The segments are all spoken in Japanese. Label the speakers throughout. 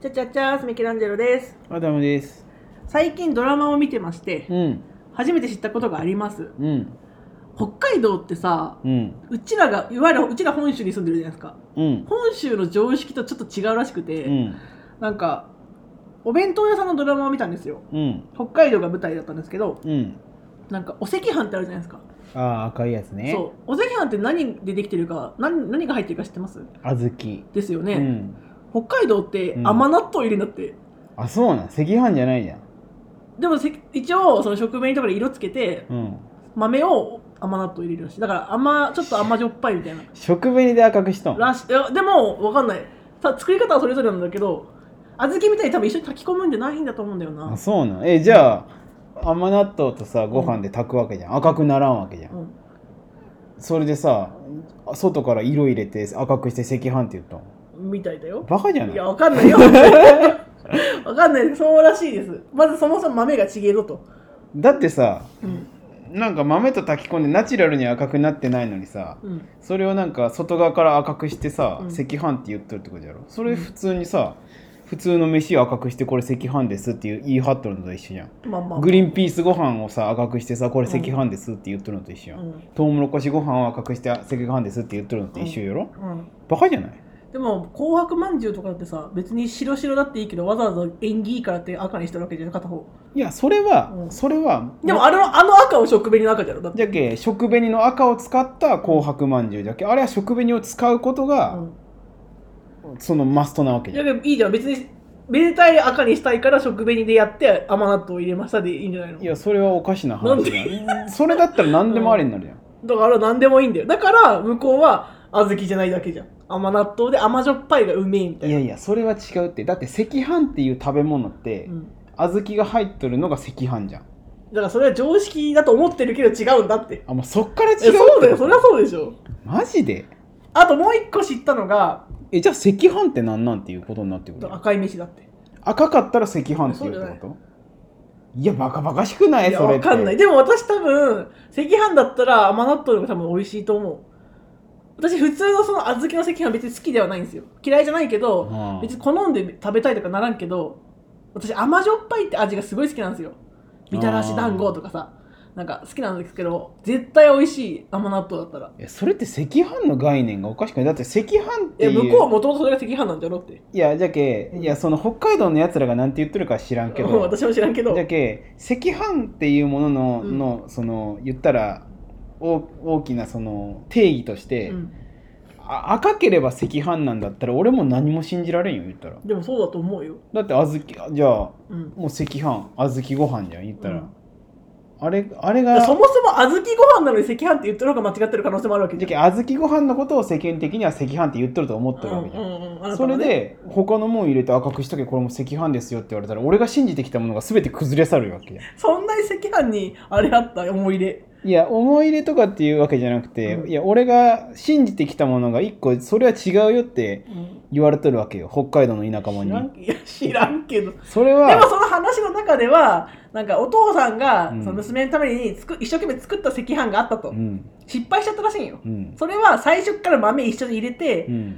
Speaker 1: チャチャチャースミケランジェロです
Speaker 2: アダムです。
Speaker 1: 最近ドラマを見てまして
Speaker 2: うん、
Speaker 1: 初めて知ったことがあります
Speaker 2: うん、
Speaker 1: 北海道ってさ
Speaker 2: うん、
Speaker 1: うちらがいわゆるうちら本州に住んでるじゃないですか
Speaker 2: うん、
Speaker 1: 本州の常識とちょっと違うらしくて、
Speaker 2: うん、
Speaker 1: なんかお弁当屋さんのドラマを見たんですよ
Speaker 2: うん、
Speaker 1: 北海道が舞台だったんですけど
Speaker 2: うん。
Speaker 1: なんかお赤飯ってあるじゃないですか
Speaker 2: ああ、赤いやつね。
Speaker 1: そうお赤飯って何でできてるか何何が入ってるか知ってます
Speaker 2: 小豆。
Speaker 1: ですよ
Speaker 2: う
Speaker 1: ね、
Speaker 2: ん。
Speaker 1: 北海道って
Speaker 2: うん
Speaker 1: 甘納豆入れるんだって、
Speaker 2: あ、そうなん。赤飯じゃないじゃん。
Speaker 1: でもせ一応その食紅とかで色つけて
Speaker 2: うん。
Speaker 1: 豆を甘納豆入れるらしいだから甘ちょっと甘じょっぱいみたいな
Speaker 2: 食紅で赤くしとん。
Speaker 1: らしいやでもわかんないた作り方はそれぞれなんだけど小豆みたいに多分一緒に炊き込むんじゃないんだと思うんだよな
Speaker 2: あ、そうなん。え、じゃあ、甘納豆とさ、ご飯で炊くわけじゃん。赤くならんわけじゃ。
Speaker 1: うんん、
Speaker 2: それでさ、外から色入れて赤くして赤飯って言っとん。
Speaker 1: みたいだよ
Speaker 2: バカじゃ
Speaker 1: いや
Speaker 2: ない
Speaker 1: わかんないよ わかんないそうらしいですまずそもそも豆がちげえぞと、
Speaker 2: だってさ、
Speaker 1: うん
Speaker 2: なんか豆と炊き込んでナチュラルに赤くなってないのにさ、
Speaker 1: うん、
Speaker 2: それをなんか外側から赤くしてさ、
Speaker 1: うん
Speaker 2: 赤飯って言っとるってことやろそれ普通にさ、普通の飯を赤くしてこれ赤飯ですっていう言い張っとるのと一緒じゃん
Speaker 1: まあまあ
Speaker 2: グリーンピースご飯をさ赤くしてさこれ赤飯ですって言っとるのと一緒やん、
Speaker 1: うん
Speaker 2: トウモロコシご飯を赤くして赤飯ですって言っとるのと一緒やろ、
Speaker 1: うん
Speaker 2: バカじゃない
Speaker 1: でも紅白まんじゅうとかだってさ別に白白だっていいけどわざわざ縁起いいからって赤にしてるわけじゃん片方
Speaker 2: いやそれは、
Speaker 1: うん
Speaker 2: それは
Speaker 1: でもあのあの赤を食紅の赤じゃろだって
Speaker 2: じゃけ食紅の赤を使った紅白まんじゅうじゃけあれは食紅を使うことが、
Speaker 1: うん
Speaker 2: そのマストなわけ
Speaker 1: い
Speaker 2: じゃ
Speaker 1: や
Speaker 2: ん
Speaker 1: でもいいじゃん別にめでたい赤にしたいから食紅でやって甘納豆を入れましたでいいんじゃないの
Speaker 2: いやそれはおかしな話じゃんそれだったら何でもありになるじゃん
Speaker 1: だから何でもいいんだよだから向こうは小豆じゃないだけじゃん甘納豆で甘じょっぱいがうめえみたい
Speaker 2: い
Speaker 1: な
Speaker 2: やいやそれは違うってだって赤飯っていう食べ物って、
Speaker 1: うん
Speaker 2: 小豆が入っとるのが赤飯じゃん
Speaker 1: だからそれは常識だと思ってるけど違うんだって
Speaker 2: あもうそっから違うっ
Speaker 1: え
Speaker 2: て
Speaker 1: そうだよそれはそうでしょ
Speaker 2: マジで
Speaker 1: あともう一個知ったのが
Speaker 2: えじゃあ赤飯って何なんっていうことになってくる
Speaker 1: 赤い飯だって
Speaker 2: 赤かったら赤飯っていうって
Speaker 1: そうじゃ
Speaker 2: こ
Speaker 1: ない
Speaker 2: といやバカバカしくない
Speaker 1: いや
Speaker 2: それ
Speaker 1: わ
Speaker 2: って
Speaker 1: かんないでも私多分赤飯だったら甘納豆の方が多分美味しいと思う私普通のその小豆の赤飯は別に好きではないんですよ嫌いじゃないけど、
Speaker 2: うん
Speaker 1: 別に好んで食べたいとかならんけど私甘じょっぱいって味がすごい好きなんですよみたらし団子とかさなんか好きなんですけど絶対美味しい甘納豆だったら
Speaker 2: いやそれって赤飯の概念がおかしくないだって赤飯っ
Speaker 1: い
Speaker 2: て
Speaker 1: や
Speaker 2: いう
Speaker 1: 向こうはもともとそれが赤飯なんじゃろって
Speaker 2: いやじゃけいやその北海道のやつらがなんて言ってるか知らんけ ど
Speaker 1: 私も知らんけど
Speaker 2: じゃけ赤飯っていうものの,、
Speaker 1: うん
Speaker 2: のその言ったら大大きなその定義として、
Speaker 1: うん
Speaker 2: あ赤ければ赤飯なんだったら俺も何も信じられんよ言ったら
Speaker 1: でもそうだと思うよ、
Speaker 2: だって小豆じゃあも
Speaker 1: うん、
Speaker 2: う赤飯小豆ご飯じゃん言ったら、
Speaker 1: うん
Speaker 2: あれあれ
Speaker 1: だから
Speaker 2: が
Speaker 1: そもそも小豆ご飯なのに赤飯って言ってる方が間違ってる可能性もあるわけじ
Speaker 2: じ
Speaker 1: ゃ
Speaker 2: ゃ
Speaker 1: ん
Speaker 2: け小豆ご飯のことを世間的には赤飯って言っとると思っとるわけじゃん、
Speaker 1: うんうんうんあなた
Speaker 2: そ
Speaker 1: はね
Speaker 2: れで他のもん入れて赤くしとけこれも赤飯ですよって言われたら俺が信じてきたものが全て崩れ去るわけじゃん
Speaker 1: そんなに赤飯にあれあった思い出
Speaker 2: いや思い入れとかっていうわけじゃなくて、
Speaker 1: うん
Speaker 2: いや俺が信じてきたものが一個それは違うよって言われとるわけよ北海道の田舎者
Speaker 1: 知ら
Speaker 2: に
Speaker 1: んいや知らんけどで
Speaker 2: それ
Speaker 1: も
Speaker 2: は
Speaker 1: その話の中ではなんかお父さんが
Speaker 2: うん
Speaker 1: その娘のためにつく一生懸命作った赤飯があったと、
Speaker 2: うん
Speaker 1: 失敗しちゃったらしいんよ
Speaker 2: うん
Speaker 1: それは最初から豆一緒に入れて、
Speaker 2: うん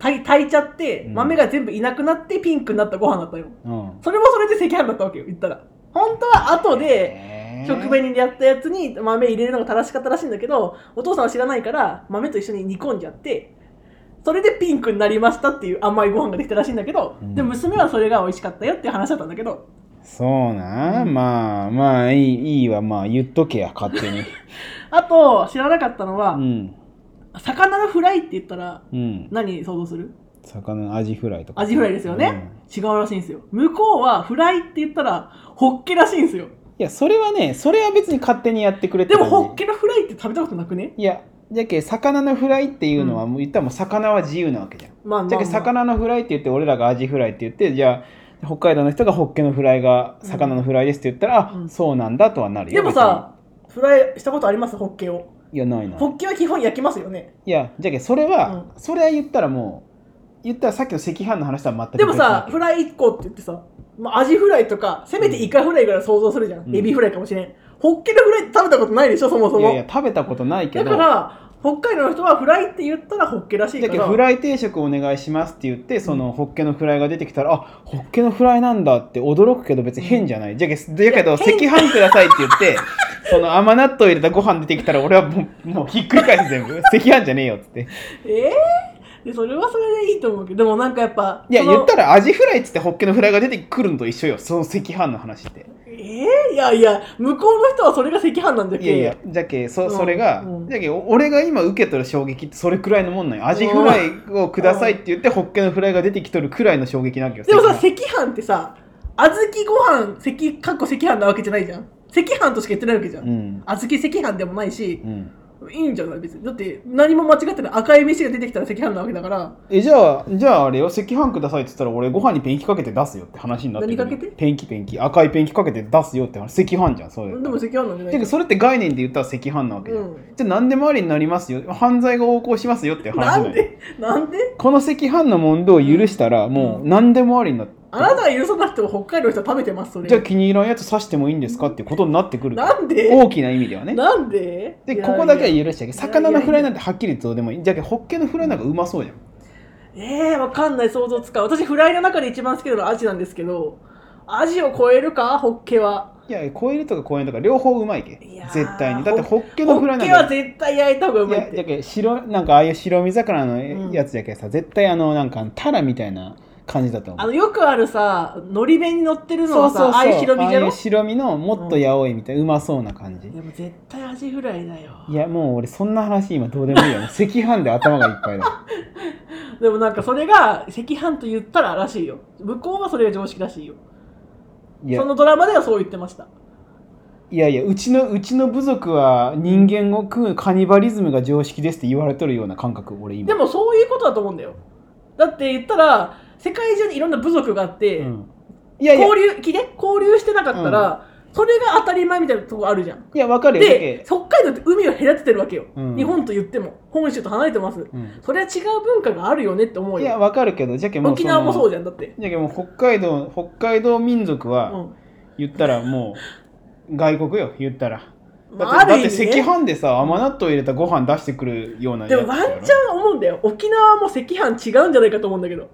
Speaker 1: たい炊いちゃって
Speaker 2: うん
Speaker 1: 豆が全部いなくなってピンクになったご飯だったよ
Speaker 2: うん
Speaker 1: それもそれで赤飯だったわけよ言ったら本当は後で
Speaker 2: へー
Speaker 1: 食紅でやったやつに豆入れるのが正しかったらしいんだけどお父さんは知らないから豆と一緒に煮込んじゃってそれでピンクになりましたっていう甘いご飯ができたらしいんだけど、
Speaker 2: うん
Speaker 1: で娘はそれが美味しかったよっていう話だったんだけど
Speaker 2: そうな、
Speaker 1: うん
Speaker 2: まあまあいいいいわまあ言っとけや勝 手に
Speaker 1: あと知らなかったのは、
Speaker 2: うん
Speaker 1: 魚のフライって言ったら
Speaker 2: うん
Speaker 1: 何想像する
Speaker 2: 魚のアジフライとか
Speaker 1: アジフライですよね、違うらしいんですよ向こうはフライって言ったらホッケらしいんですよ
Speaker 2: うんいやそれはねそれは別に勝手にやってくれって
Speaker 1: でも
Speaker 2: 感じ
Speaker 1: ホッケのフライって食べたことなくね
Speaker 2: いやじゃけ魚のフライっていうのは、もう言ったらもう魚は自由なわけじゃん
Speaker 1: まあまあ、まあ、
Speaker 2: じゃあ魚のフライって言って俺らがアジフライって言ってじゃあ北海道の人がホッケのフライが魚のフライですって言ったら、
Speaker 1: うん
Speaker 2: あそうなんだとはなる
Speaker 1: で
Speaker 2: よ
Speaker 1: もさフライしたことありますホッケを
Speaker 2: 別にいやないない
Speaker 1: ホッケは基本焼きますよね
Speaker 2: やじゃけそれは、それは言ったらもう言ったらさっきの赤飯の話とは全く
Speaker 1: でもさ
Speaker 2: 別
Speaker 1: フライ1個って言ってさ、まあ、アジフライとかせめてイカフライぐらい想像するじゃん、
Speaker 2: うん
Speaker 1: エビフライかもしれんホッケのフライって食べたことないでしょそもそ
Speaker 2: な
Speaker 1: も
Speaker 2: いやいや食べたことないけ
Speaker 1: だ
Speaker 2: ど
Speaker 1: から北海道の人はフライって言ったらホッケらしい
Speaker 2: だ
Speaker 1: か
Speaker 2: け
Speaker 1: ら
Speaker 2: どフライ定食お願いしますって言ってそのホッケのフライが出てきたら、あホッケのフライなんだって驚くけど別に変じゃない、じゃけだけど赤飯くださいって言って その甘納豆入れたご飯出てきたら俺はもうもうひっくり返す全 部赤飯じゃねえよっつって
Speaker 1: えー、でそれはそれでいいと思うけどでもなんかやっぱ
Speaker 2: いや
Speaker 1: その
Speaker 2: 言ったらアジフライっつってホッケのフライが出てくるのと一緒よその赤飯の話って
Speaker 1: えー、いやいや向こうの人はそれが赤飯なんじゃけ
Speaker 2: いやいやじゃけそ,、それが、
Speaker 1: うんうん
Speaker 2: じゃけお俺が今受け取る衝撃ってそれくらいのもんなんよアジフライをくださいって言ってホッケのフライが出てきとるくらいの衝撃なわけよ
Speaker 1: でもさ
Speaker 2: 赤飯
Speaker 1: 赤飯ってさ小豆ご飯赤かっこ赤飯なわけじゃないじゃん赤飯としか言ってないわけじゃん、
Speaker 2: うん
Speaker 1: 小豆赤飯でもないし
Speaker 2: うん
Speaker 1: いいんじゃない別にだって何も間違ってない赤い飯が出てきたら赤飯なわけだから
Speaker 2: えじゃあじゃああれよ赤飯くださいって言ったら俺ご飯にペンキかけて出すよって話になってくる
Speaker 1: 何かけて
Speaker 2: ペンキペンキ赤いペンキかけて出すよって話赤飯じゃんそれ
Speaker 1: でも赤飯なんじゃな
Speaker 2: て
Speaker 1: い
Speaker 2: かそれって概念で言ったら赤飯なわけじゃん、
Speaker 1: うん
Speaker 2: じゃあ何でもありになりますよ犯罪が横行しますよっていう話
Speaker 1: な
Speaker 2: じゃ
Speaker 1: んでなんで
Speaker 2: この赤飯の問答を許したらもう何でもありになって、
Speaker 1: あなたが許さなくても北海道の人は食べてますそれ
Speaker 2: じゃあ気に入らんやつ刺してもいいんですかってことになってくる
Speaker 1: なんで
Speaker 2: 大きな意味ではね
Speaker 1: なんで
Speaker 2: でここだけ
Speaker 1: いやいや
Speaker 2: は許してあげる魚のフライなんてはっきりどうでもいいじゃけホッケのフライなんかうまそうじゃん
Speaker 1: えー、わかんない想像つかん私フライの中で一番好きなのはアジなんですけどアジを超えるかホッケはい
Speaker 2: や超えるとか超えんとか両方うまいけ
Speaker 1: いやー
Speaker 2: 絶対にだってホッケ
Speaker 1: ホ
Speaker 2: のフライ
Speaker 1: ッ
Speaker 2: なん
Speaker 1: ケ
Speaker 2: か
Speaker 1: は絶対焼いた方がう
Speaker 2: い
Speaker 1: まい
Speaker 2: や
Speaker 1: っ
Speaker 2: だ
Speaker 1: て
Speaker 2: け白なんかああいう白身魚
Speaker 1: うん
Speaker 2: のやつだけさ、絶対あのなんかタラみたいな感じだと思
Speaker 1: あ
Speaker 2: う
Speaker 1: のよくあるさのり弁に乗ってるのはさああいう白身じゃ
Speaker 2: ああい
Speaker 1: ろ
Speaker 2: う白身のもっとやおいみたいな、うまそうな感じ
Speaker 1: でも絶対アジフライだよ
Speaker 2: いやもう俺そんな話今どうでもい いよもう赤飯で頭がいっぱいだ
Speaker 1: でもなんかそれが赤飯と言ったららしいよ向こうはそれが常識らしいよ
Speaker 2: いや
Speaker 1: そのドラマではそう言ってました
Speaker 2: いやいやうちのうちの部族は人間を食うカニバリズムが常識ですって言われとるような感覚俺今
Speaker 1: でもそういうことだと思うんだよだって言ったら世界中にいろんな部族があって、
Speaker 2: うんいやいや
Speaker 1: 交流きね交流してなかったら、それが当たり前みたいなとこあるじゃん
Speaker 2: いやわかるよだ
Speaker 1: で
Speaker 2: け
Speaker 1: 北海道って海を隔ててるわけよ、
Speaker 2: うん
Speaker 1: 日本と言っても本州と離れてます
Speaker 2: うん
Speaker 1: それは違う文化があるよねって思う
Speaker 2: いや
Speaker 1: よ
Speaker 2: わかるけどじゃけもう
Speaker 1: 沖縄も
Speaker 2: そ
Speaker 1: そう
Speaker 2: の
Speaker 1: じゃんだって、
Speaker 2: じゃけもう北海道北海道民族
Speaker 1: う
Speaker 2: は、
Speaker 1: ん
Speaker 2: 言ったらも う外国よ言ったらだ
Speaker 1: まあ、あ
Speaker 2: って
Speaker 1: る
Speaker 2: だ
Speaker 1: 意
Speaker 2: っ
Speaker 1: 味、
Speaker 2: て
Speaker 1: ね、
Speaker 2: 赤飯でさ甘納豆入れたご飯出してくるようなやつ
Speaker 1: で
Speaker 2: や
Speaker 1: も
Speaker 2: ろ
Speaker 1: ワンチャン思うんだよ沖縄も赤飯違うんじゃないかと思うんだけど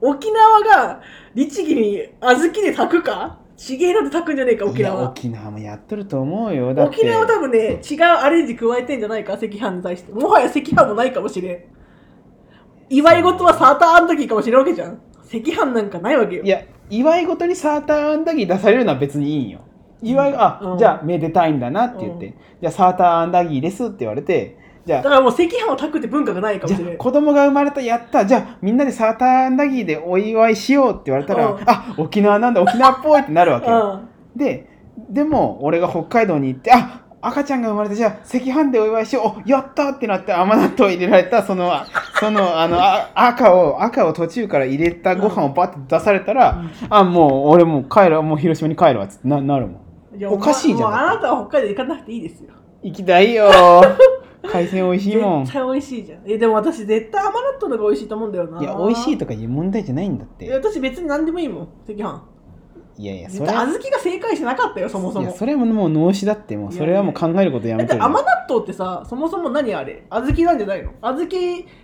Speaker 1: 沖縄が律儀に小豆で炊くかちげえなって炊くんじゃねえか沖
Speaker 2: いや
Speaker 1: 縄
Speaker 2: 沖縄もやってると思うよだって
Speaker 1: 沖縄は多分ね違うアレンジ加えてんじゃないか赤飯に対してもはや赤飯もないかもしれん祝い事はサーターアンダギーかもしれんわけじゃん赤飯なんかないわけよ
Speaker 2: いや祝い事にサーターアンダギー出されるのは別にいいんよ祝いあ、
Speaker 1: うん
Speaker 2: じゃあめでたいんだなって言って、
Speaker 1: うん
Speaker 2: じゃあサーターアンダギーですって言われてじゃ
Speaker 1: だ
Speaker 2: あ
Speaker 1: からもう赤飯を炊くって文化がないかも
Speaker 2: じゃ
Speaker 1: しれ
Speaker 2: あ
Speaker 1: ん
Speaker 2: 子供が生まれたやったじゃあみんなでサーターアンダギーでお祝いしようって言われたら、
Speaker 1: うん
Speaker 2: あ沖縄なんだ沖縄っぽいってなるわけよ、
Speaker 1: うん
Speaker 2: ででも俺が北海道に行ってあ赤ちゃんが生まれてじゃあ赤飯でお祝いしようおやったってなって甘納豆入れられたそのあそのあのあ赤を赤を途中から入れたご飯をバッて出されたら、
Speaker 1: うん
Speaker 2: あもう俺もう帰るもう広島に帰るわっつってななるもん
Speaker 1: いや
Speaker 2: おかしいじゃ
Speaker 1: も
Speaker 2: ん
Speaker 1: うあなたは北海道行かなくていいですよ
Speaker 2: 行きたいよ 海鮮美味しいもん
Speaker 1: 絶対美味しいじゃんえでも私絶対甘納豆の方が美味しいと思うんだよないい
Speaker 2: や美味しいとかいう問題じゃないんだっ
Speaker 1: いや
Speaker 2: て
Speaker 1: 私別に何でもいいもん赤飯
Speaker 2: いやいや
Speaker 1: 絶
Speaker 2: そ
Speaker 1: 対
Speaker 2: れは
Speaker 1: 小豆が正解してなかったよそもそ
Speaker 2: いや
Speaker 1: も
Speaker 2: それはもう脳死だってもうそれはもう考えることや
Speaker 1: だ
Speaker 2: め
Speaker 1: って
Speaker 2: てる
Speaker 1: 甘納豆ってさそもそも何あれ小豆なんじゃないの小豆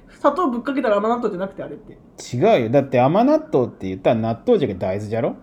Speaker 1: 砂糖ぶっかけたら甘納豆じゃなくてあれって
Speaker 2: 違うよだって甘納豆って言ったら納豆じゃけ大豆じゃろ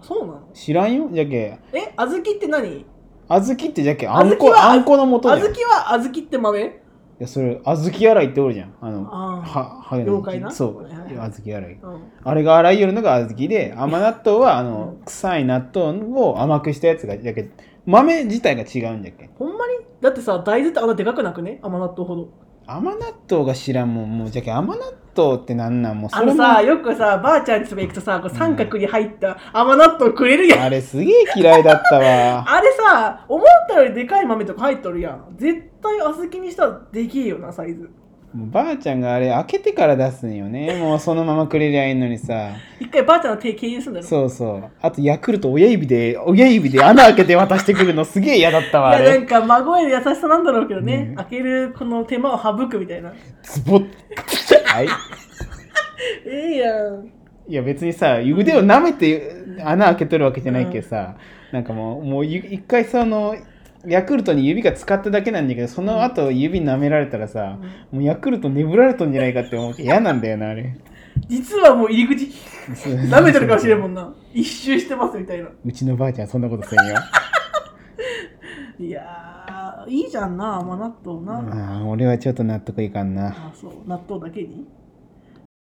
Speaker 1: そうなの
Speaker 2: 知らんよじゃけ
Speaker 1: え小豆って何
Speaker 2: 小豆ってじゃっけあ
Speaker 1: 豆
Speaker 2: んこ
Speaker 1: は
Speaker 2: あんこの
Speaker 1: 小
Speaker 2: 元
Speaker 1: 豆
Speaker 2: じゃんい
Speaker 1: は小豆って豆
Speaker 2: やそれ小豆洗いっておるじゃんあの
Speaker 1: あー
Speaker 2: はは
Speaker 1: 妖怪な
Speaker 2: そう
Speaker 1: はいはい
Speaker 2: 小豆洗い
Speaker 1: うん
Speaker 2: あれが洗いよるのが小豆で甘納豆はあの臭い納豆を甘くしたやつがじゃっけ豆自体が違うんじゃっけ
Speaker 1: ほんまにだってさ大豆ってあんなでかくなくね甘納豆ほど
Speaker 2: 甘納豆が知らんもんもうじゃっけ甘納豆ってなんなんもうそ
Speaker 1: あ
Speaker 2: れ
Speaker 1: の
Speaker 2: も
Speaker 1: さよくさばあちゃんちとか行くとさこう三角に入った甘納豆くれるやん
Speaker 2: あれすげえ嫌いだった わ
Speaker 1: あれさ思ったよりでかい豆とか入っとるやん絶対小豆にしたらできえよなサイズ
Speaker 2: もうばあちゃんがあれ開けてから出すん よねもうそのままくれりゃいいのにさ
Speaker 1: 一回ばあちゃんの手経由するんだろ
Speaker 2: そうそう。あと、ヤクルト親指で、親指で穴開けて渡してくるのすげえ嫌だったわ、あ
Speaker 1: いやなん
Speaker 2: れ。
Speaker 1: か孫への優しさなんだろうけどね、
Speaker 2: うん
Speaker 1: 開けるこの手間を省くみたいな
Speaker 2: ズボッ。はい。
Speaker 1: ええやん
Speaker 2: いや、別にさ、腕を舐めて穴開けとるわけじゃないけどさ、なんかもう、もうゆ一回その、ヤクルトに指が使っただけなんだけどその後指舐められたらさ、もうヤクルト眠られとんじゃないかって思うけど嫌なんだよなあれ
Speaker 1: 実はもう入り口 舐めてるかもし れんもんな一周してますみたいな
Speaker 2: うちのばあちゃんそんなことせんよ
Speaker 1: いやーいいじゃんな甘納豆な、
Speaker 2: ああ俺はちょっと納得いかんな
Speaker 1: あそう納豆だけに